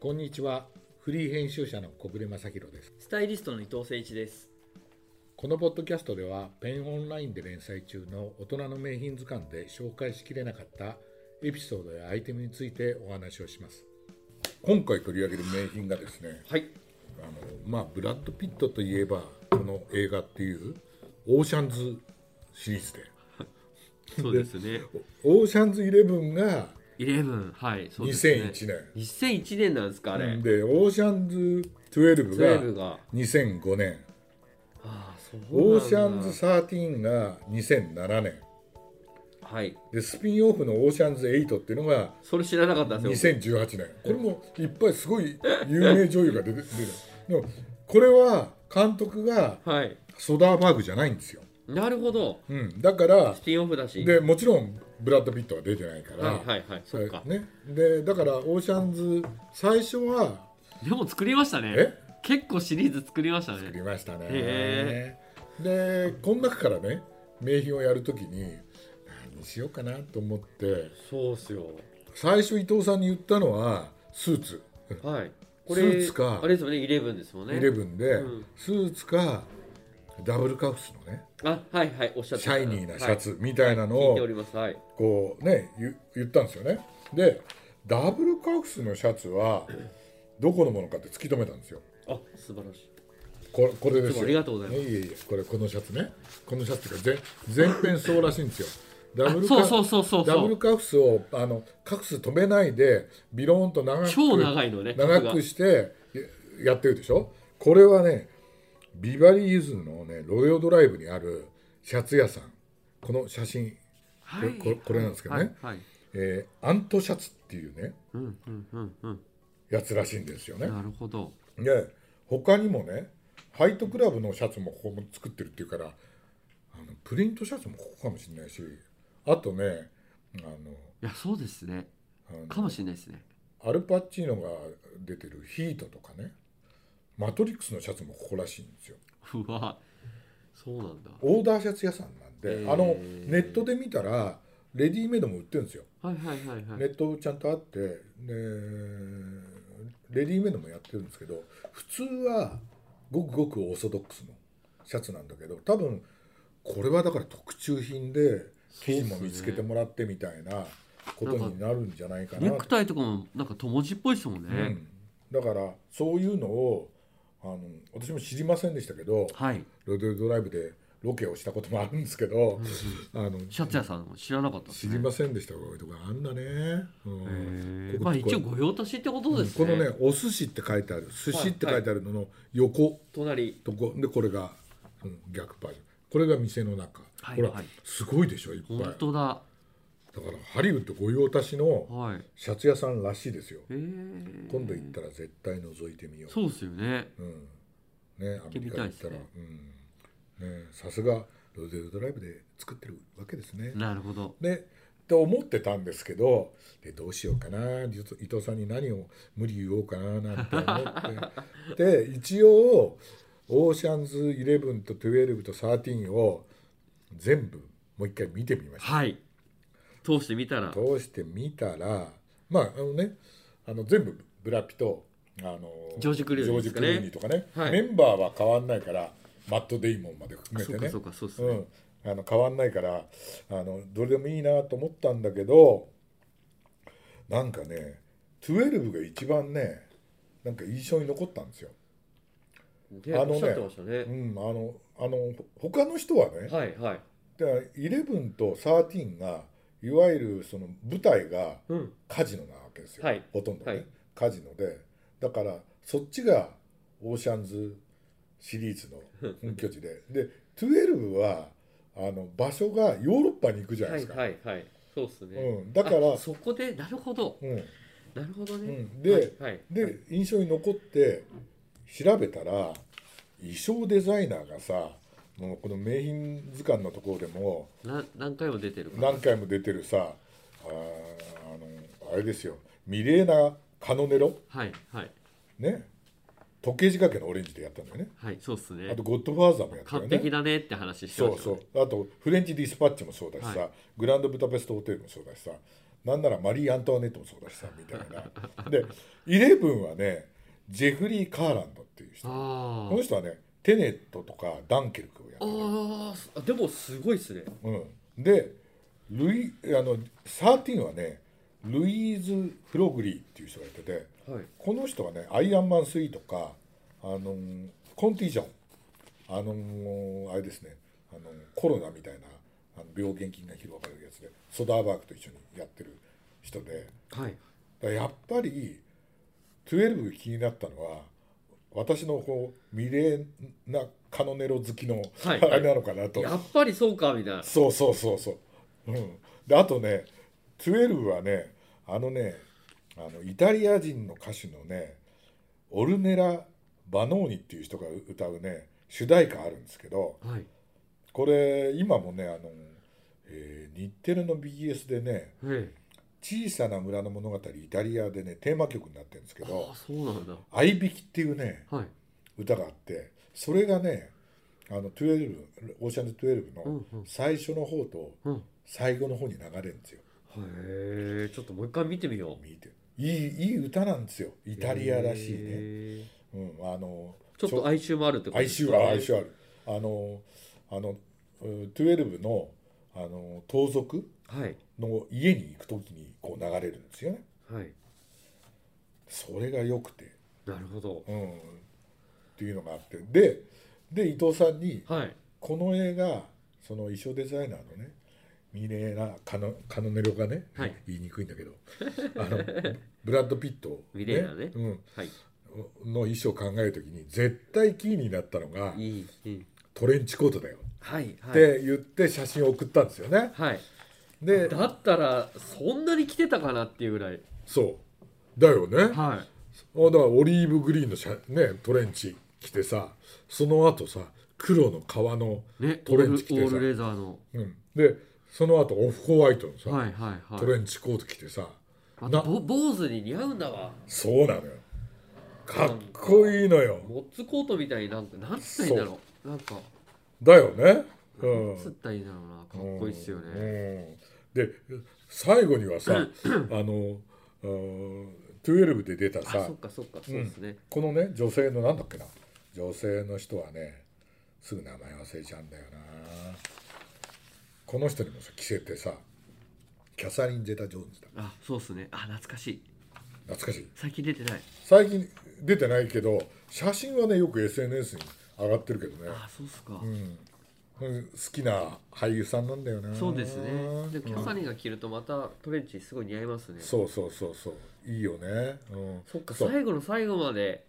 こんにちは。フリー編集者の小暮正弘です。スタイリストの伊藤誠一です。このポッドキャストでは、ペンオンラインで連載中の大人の名品図鑑で紹介しきれなかったエピソードやアイテムについてお話をします。今回取り上げる名品がですね、はい。あのまあ、ブラッド・ピットといえばこの映画っていうオーシャンズシリーズでそうですね。オーシャンズイレブンがイレブン、はい。そうですね2001。年2001年なんですか、あれ。でオーシャンズ12 12がが。 2005年ああ、そうなんだ。オーシャンズ13が2007年はい。でスピンオフのオーシャンズ8っていうのがそれ知らなかったんですよ。 2018年これもいっぱいすごい有名女優が出て出てるでもこれは監督がはい。ソダーバーグじゃないんですよ、なるほど。うん、だからスピンオフだし。でもちろんブラッド・ピットは出てないから、はいはいはい。そっか。ね、でだからオーシャンズ最初はでも作りましたね。え結構シリーズ作りました作ね。りましたねへでこの中からね名品をやるときに何しようかなと思ってそうっすよ。最初伊藤さんに言ったのはスーツはい。スーツかあれですよね、イレブンですもんね。イレブンで、うんスーツかダブルカフスのねあ、はいはい。おっしゃってシたャイニーなシャ、ツみたはいなの聞いをております。はい。こうね言言ったんですよねでダブルカフスのシャツはどこのものかって突き止めたんですよあ、素晴らしい。これこれですいつよもありがとうございますねいえいえこれこのシャツねこのシャツっていうか全全編そうらしいんですよダあブルそカうそうそうそうダブそルう。カフスをあのカフス止めないでビローンと長く超長いのね。長曲がくしてややってるでしょこれはねビバリーユズのねロヨドライブにあるシャツ屋さんこの写真、はこれこれなんですけどねはいはいえーアントシャツっていうねうんうんうんうんやつらしいんですよねなるほどで他にもねファイトクラブのシャツもここも作ってるっていうからあのプリントシャツもここかもしれないしあとねあのいやそうですねあかもしれないですねのアルパッチーノが出てる「ヒート」とかね「マトリックス」のシャツもここらしいんですようわそうなんだオーダーシャツ屋さんなんで、へーあのネットで見たらレディーメイドも売ってるんですよはいはいはいはい、ネットちゃんとあってでレディーメイドもやってるんですけど普通はごくごくオーソドックスのシャツなんだけど多分これはだから特注品で生地も見つけてもらってみたいなことになるんじゃないかネなクタイとかもなんか友字っぽいですもんね、うん、だからそういうのをあの私も知りませんでしたけどはいロデドライブでロケをしたこともあるんですけど、あのシャツ屋さんも知らなかったです知ねりませんでしたこういうとこあんだね、うんへーここまあ一応御用達ってことですこね、のね「お寿司」って書いてある「寿司」ってはい書いてあるのの横隣とこでこれが、うん、逆パージこれが店の中、はいほら、はいすごいでしょいっぱい本だか当だらハリウッド御用達のはいへシャツ屋さんらしいですよえ今度行ったら絶対覗いてみようそうですよねうんね、アメてリみカたい行っですたねら、うんね、さすがロゼルドライブで作ってるわけですね。なるほどねと思ってたんですけどでどうしようかな伊藤伊藤さんに何を無理言おうかななんて思って で一応オーシャンズ11と12と13を全部もう一回見てみましたはい通してみたら通してみたらまああのねあの全部ブラピとあのジョージクルーニーですかねジョジクルーニーとかね、はいメンバーは変わんないからマット・デイモンまで含めてそうねかそうかそうですね、うん、あの変わんないからあのどれでもいいなと思ったんだけどなんかね12が一番ねなんか印象に残ったんですよ。であのねおっしゃってましたうね、ん、あのあのほ他の人はね、はいはいだから11と13がいわゆるその舞台がうんカジノなわけですよ、はいほとんどね、はいカジノでだからそっちがオーシャンズシリー ズの本拠地でで12はあの場所がヨーロッパに行くじゃないですはいか、はいはいそうですね、うん、だからあそこでなるほどうんなるほどうね、ん、で、はいはい、はいで印象に残って調べたら衣装デザイナーがさもうこの名品図鑑のところでもな何回も出てるから何回も出てるさあーあのあれですよミレーナ・カノネロはいはいね時計仕掛けのオレンジでやったんだよねはいそうっすねあとゴッドファーザーもやったよ完ね璧だねって話してそましうたそうあとフレンチ・ディスパッチもそうだしさ、はグランド・ブダペスト・ホテルもそうだしさなんならマリー・アントワネットもそうだしさみたいなでイレブンはねジェフリー・カーランドっていう人こあの人はねテネットとかダンケルクをやっあてるああでもすごいっすねうん、でルイあの13はねルイーズ・フログリーっていう人がいててはいこの人はねアイアンマン3とかあのーコンティジョンあのーあれですねあのーコロナみたいなあの病原菌が広がるやつでソダーバーグと一緒にやってる人ではいだからやっぱり12気になったのは私のこうミレーナ・カノネロ好きの、はいはいあれなのかなとやっぱりそうかみたいなそうそうそうそう。うん、であとね12はねあのねあのイタリア人の歌手のねオルネラ・バノーニっていう人が歌うね主題歌あるんですけどはいこれ今もねあの、えー日テレの BS でねえ「小さな村の物語イタリア」でねテーマ曲になってるんですけえどああそうなんだ「合いびき」っていうねはい歌があってそれがねあの12オーシャンズ12のうんうん最初の方とうん最後の方に流れるんですよ。へえちょっともう一回見てみよう見ていいいい歌なんですよイタリアらしいね、へえうん、あのちょっと哀愁もあるってこと哀です愁かは哀愁あるあのあのう12のあの盗賊はいの家に行く時にこう流れるんですよねはいそれが良くて、なるほどうん、っていうのがあってでで伊藤さんにはいこの映画その衣装デザイナーのねミレーナ・カノカノネロがね、はい言いにくいんだけどあのブラッド・ピットを、ミレーナねうん、はいの衣装を考えるときに絶対キーになったのがいいいいトレンチコートだよはいはっいて言って写真を送ったんですよね。はいでだったらそんなに来てたかなっていうぐらいそうだよね。あはいだからオリーブグリーンのシャ、ね、トレンチ着てさその後さ黒の革の、ね、トレンチ着てさオールオールレザーの。うん、でその後オフホワイトのさ、はいはいはい。トレンチコート着てさあなとぼ坊主に似合うんだわ。そうなのよかっこいいのよモッツコートみたいになんか、なんつったらいいんだろう。なんか、だよね。うんなんつったらいいんだろうな。かっこいいっすようんね。で最後には さあのうん12で出たあ、さそっかそっか、そうですね。このね女性のなんだっけな女性の人はねすぐ名前忘れちゃうんだよなこの人にもさ着せてさキャサリン・ゼタ・ジョーンズだあ、そうっすね。あ、懐かしい。懐かしい最近出てない。最近出てないけど写真はねよく SNS に上がってるけどね、あ、そうっすか。うん、好きな俳優さんなんだよなそうですね。で、キうャんサリンが着るとまたトレンチすごい似合いますね。そうそうそうそういいよね、うん、そっか、そう最後の最後まで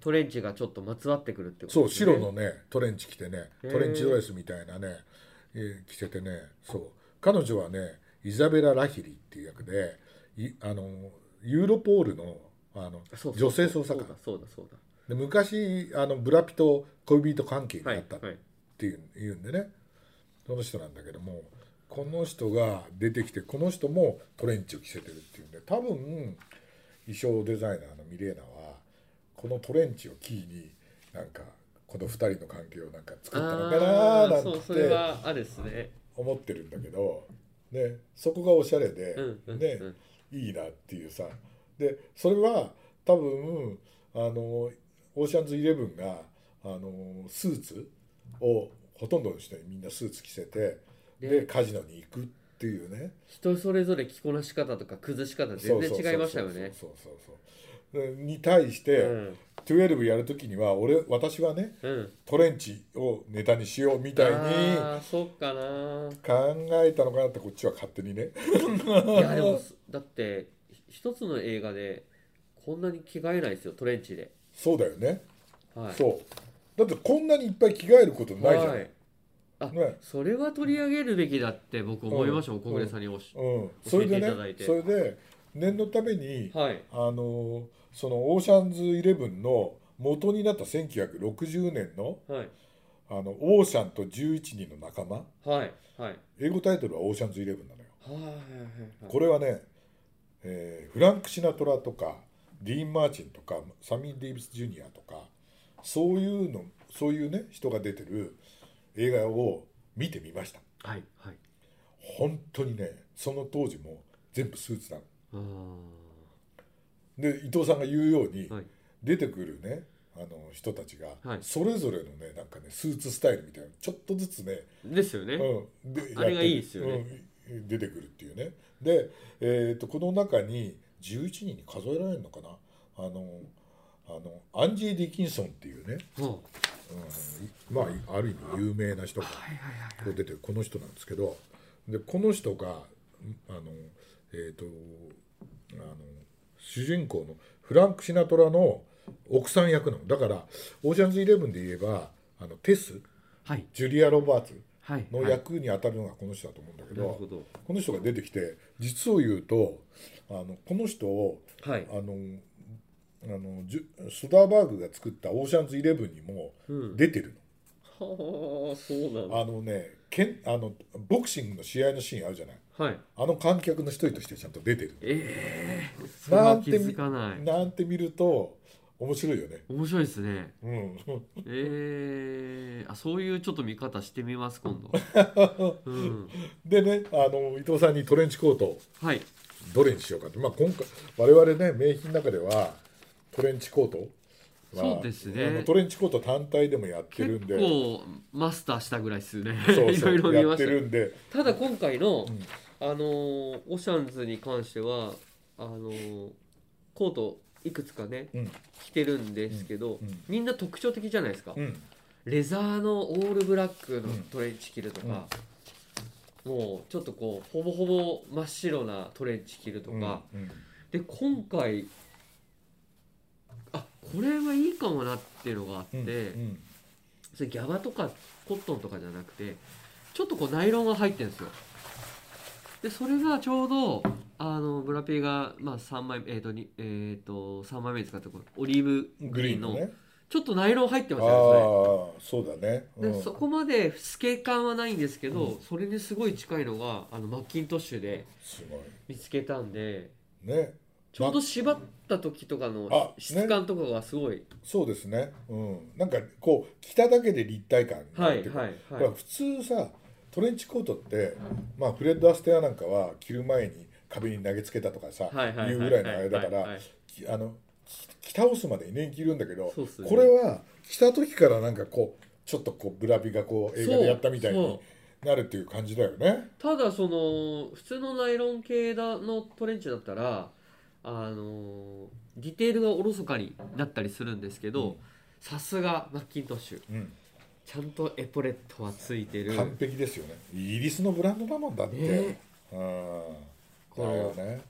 トレンチがちょっとまつわってくるってことそうですね白の。ねトレンチ着てねへートレンチドレスみたいなね、えー着ててねそう彼女はねイザベラ・ラヒリっていう役でいあのユーロポールのあのそうそう女性捜査そう官だそうだそうだ。で昔あのブラピと恋人関係にはなっいたっはい。ていう,、い、うんでねその人なんだけどもこの人が出てきてこの人もトレンチを着せてるっていうんで多分衣装デザイナーのミレーナはこのトレンチをキーになんかこの2人の関係をなんか作ったのかなーああー、なそんう、それてはあれですね。思ってるんだけど、ね、そこがおしゃれでうんうん、うんね、いいなっていうさでそれは多分あのオーシャンズイレブンがあのスーツをほとんどの人にみんなスーツ着せてでねカジノに行くっていうね人それぞれ着こなし方とか崩し方全そうそうそう然違いましたよね。そうそうそうそうに対して、うん12やる時には俺私はねうん。トレンチをネタにしようみたいにああ、そっかな。考えたのかなってこっちは勝手にねいや でもだって一つの映画でこんなに着替えないですよトレンチで。そうだよね、はい。そうだってこんなにいっぱい着替えることないじゃない、はい。あ、ねそれは取り上げるべきだって僕思いましたもんうん小暮さんにおし。うん、それで教えていただねいてそれで念のために、はい。あのーそのオーシャンズイレブンの元になった1960年のはい。あのオーシャンと11人の仲間はい。はい。英語タイトルはオーシャンズイレブンなのよはいはいはい。これはね、えーフランク・シナトラとかディーン・マーチンとかサミー・デイビス・ジュニアとかそういうのそういうね人が出てる映画を見てみましたはいはい本当にねその当時も全部スーツなのあで伊藤さんが言うように、ーはい出てくるねあの人たちが、はいそれぞれのねなんかねスーツスタイルみたいなのちょっとずつねですよね、うん、であれがいいですよねやってるうん出てくるっていうねで、えー、とこの中に11人に数えられるのかなあのあのアンジー・ディキンソンっていうね、はうん、まあある意味有名な人がいはいはいこう出てるこの人なんですけどでこの人があのえっ、とあの主人公のフランク・シナトラの奥さん役なのだから「オーシャンズイレブン」で言えばあのテスはいジュリア・ロバーツはいのはい役に当たるのがこの人だと思うんだけなるど、ほどこの人が出てきて実を言うとあのこの人をはいあのあのジュソダーバーグが作った「オーシャンズイレブン」にもうん出てるはあそうなの、んだあのねけんあのボクシングの試合のシーンあるじゃないはいあの観客の一人としてちゃんと出てるええー、それなはん気てみづかないなんて見ると面白いよね面白いですねうん ええー、あそういうちょっと見方してみます 今度うんでねあの伊藤さんにトレンチコートはいどれにしようかって、まあ、今回我々ね名品の中ではトレンチコートはそうですねあのトレンチコート単体でもやってる結んで構マスターしたぐらいですねそういそろう いろ見やまってしたるんでただ今回の、うんあのーオシャンズに関してはあのーコートいくつかねうん着てるんですけど、うんうんみんな特徴的じゃないですか、うんレザーのオールブラックのうんトレンチ着るとか、もうちょっとこうほぼほぼ真っ白なトレンチ着るとうんか、うんで今回あこれはいいかもなっていうのがあって、うんうんそれギャバとかコットンとかじゃなくてちょっとこうナイロンが入ってるんですよでそれがちょうどあのブラピーが、まあ、3枚えっ、とにえー、と3枚目に使ったこれオリーブググリリーーンンののねちょっとナイロン入ってあまあしたよそうだね、ねうんでそこまで透け感はないんですけど、うんそれにすごい近いのがあのマッキントッシュですごい見つけたんでねちょうど縛った時とかのあ質感とかがすごい、そうですねうんなんかこう着ただけで立体感がはあっいてくるはいだはかいら普通さトレンチコートって、まあ、フレッド・アステアなんかは着る前に壁に投げつけたとかさ、はいはいいうぐはいらいのあれだかはいらはいきあのき着倒すまでに年着るんだけど、そうっすねこれは着た時からなんかこうちょっとこうブラビがこう映画でやったみたいそうそうになるっていう感じだよね。ただその普通のナイロン系だのトレンチだったらあのディテールがおろそかになったりするんですけどさすがマッキントッシュうん、ちゃんとエポレットはついてる完璧ですよねイギリスのブランドだもんだって、ねうんだこのよね、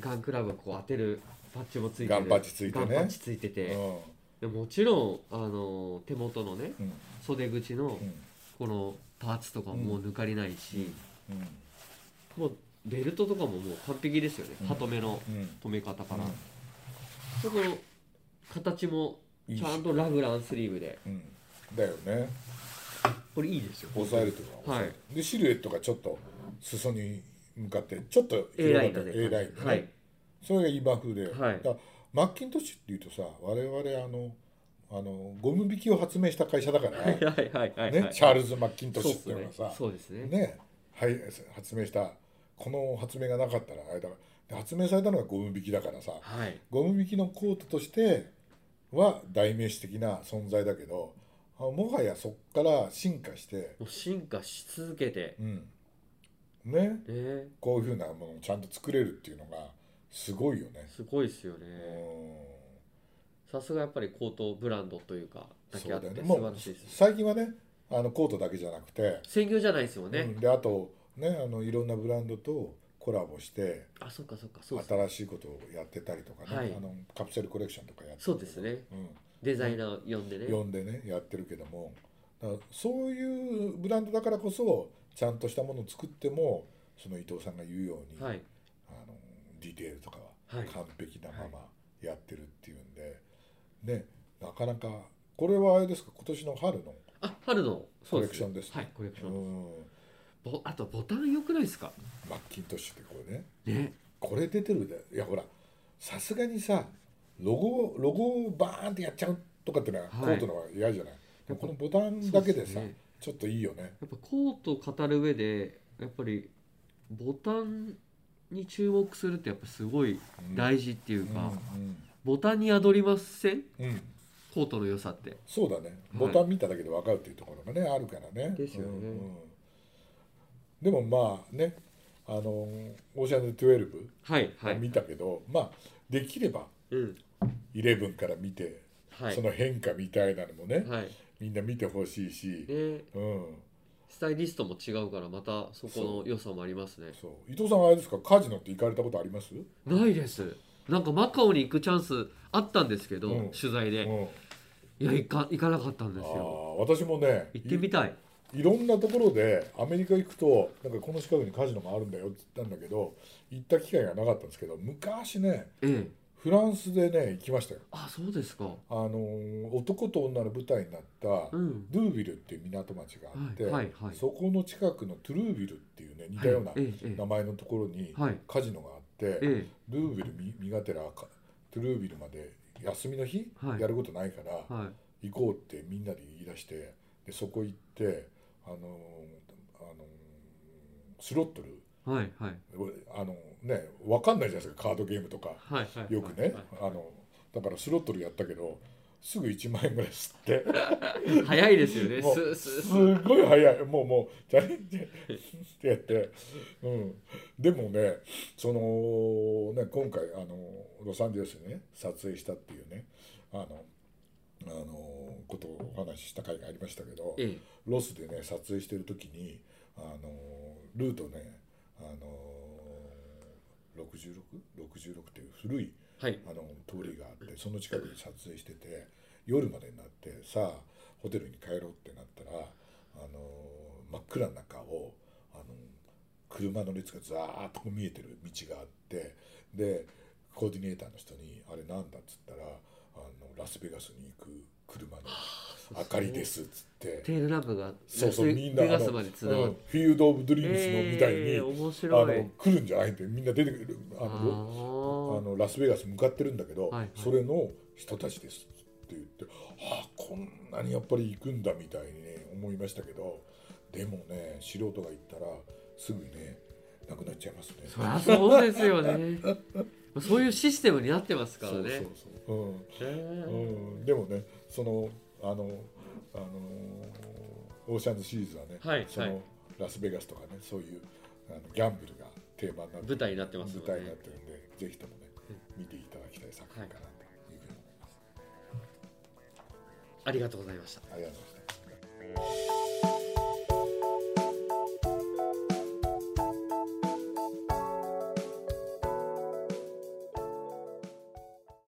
ガンクラブをこう当てるパッチもついてるガンパッチついてねガンパッチついてうんてでもちろんあの手元のねうん袖口のうんこのパーツとかも抜かりないし、うんもうベルトとかももう完璧ですよねうんハトメのうん止め方から、うんそこの形もいいちしゃんとラグランスリーブでうん、だよねこれいいですよ抑えるとか抑える、はでシルエットがちょっと裾に向かってちょっと A ラインっただね A ラインだねはいそれが今風で、はいだからマッキントッシュっていうとさ我々あのあのゴム引きを発明した会社だから、はいはいはいはいね、チャールズ・マッキントッシュっていうのがさそうですねそうですねねはい、発明したこの発明がなかったらあれだからで発明されたのがゴム引きだからさはいゴム引きのコートとしては代名詞的な存在だけどあもはやそっから進化して、もう進化し続けてうん、ねねこういうふうなものをちゃんと作れるっていうのがすごいよね。すごいですようねんさすがやっぱり高等ブランドというかだそうけあっだよてね。素も晴うらしいです最近はね、あのコートだけじゃなくて、専業じゃないですようねんであとね、あのいろんなブランドとコラボしてあそっかそっかそうです新しいことをやってたりとかね、はいあのカプセルコレクションとかやってそうですねデザイナー呼んでうねん、呼んでねやってるけども、だからそういうブランドだからこそちゃんとしたものを作っても、その伊藤さんが言うように、はいあのディテールとかははい完璧なままやってるっていうんで、ね、なかなかこれはあれですか今年の春の。あ春のそコうレクションですねはいコレクショうンんぼあとボタン良くないですかマッキントッシュってこれねねこれ出てるでいやほらさすがにさロゴロゴをバーンってやっちゃうとかってのはコはいートのは嫌じゃない、でもこのボタンだけでそうさすねちょっといいよねやっぱコートを語る上でやっぱりボタンに注目するってやっぱすごいうん大事っていううんか、ボタンに宿りませんうんうんコートの良さってそうだねボタン見ただけで分かるっていうところがね、あるからねですよねうんうんでもまあねあのオーシャンズ12はいは、はい見たけど、まあできればうん11から見て、はいその変化みたいなのもね、はいみんな見てほしいし、でうんスタイリストも違うからまたそこの良さもありますねそう伊藤さんはあれですかカジノって行かれたことあります、ないですなんかマカオに行くチャンスあったんですけど、うん取材で、うんいや行か行かなかったんあですあよ私もね行ってみたいいいろんなところでアメリカ行くとなんかこの近くにカジノがあるんだよって言ったんだけど行った機会がなかったんですけど昔ねええフランスでね行きましたよあそうですかあのー男と女の舞台になったうんドゥービルっていう港町があって、はいはいはいそこの近くのトゥルービルっていうね似たようなはいええええ名前のところにはいカジノがあって、えドゥービルみ身がてらかトゥルービルまで休みの日、はいやることないから、えはい行こうってみんなで言い出してでそこ行ってあのーあのースロットルはいはいあのーねわかんないじゃないですかカードゲームとかはいはいよくはいねあのだからスロットルやったけどすぐ1万円ぐらい吸っ てはい早いですよねもスうーすスースーごい早いもうもうチャレンジってやって、うん、でもねそのね今回あのロサンゼルスでね撮影したっていうねあのあのことをお話しした回がありましたけどえロスでね撮影してる時にあのルートねあの 66?66 っていう古いえはいあの通りがあってその近くで撮影してて夜までになってさあホテルに帰ろうってなったらあの真っ暗な中をあの車の列がザーッとこう見えてる道があってでコーディネーターの人に「あれなんだ?」っつったらあの「ラスベガスに行く車の明かりです」っつって。テールランプがそうそうラスみんなあの、うベガんスフまでィつながっーてルド・オブ・ドリームスのみたいに、えー、面あ白いの来るんじゃないってみんな出てくるあののあのラスベガス向かってるんだけど、はいはいそれの人たちですって言ってああこんなにやっぱり行くんだみたいにね思いましたけどでもね素人が行ったらすぐねなくなっちゃいますね。そりゃそうですよねそういうシステムになってますからねそうそうそう、へうんうーん、でもねそのあのあのオーシャンズシリーズはね、はいその、はいラスベガスとかねそういうあのギャンブルがテーマになって舞台になってますよね舞台になってるんでぜひともね見ていただきたい作品かなというふうに思います。ありがとうございました哎ありがとうございます。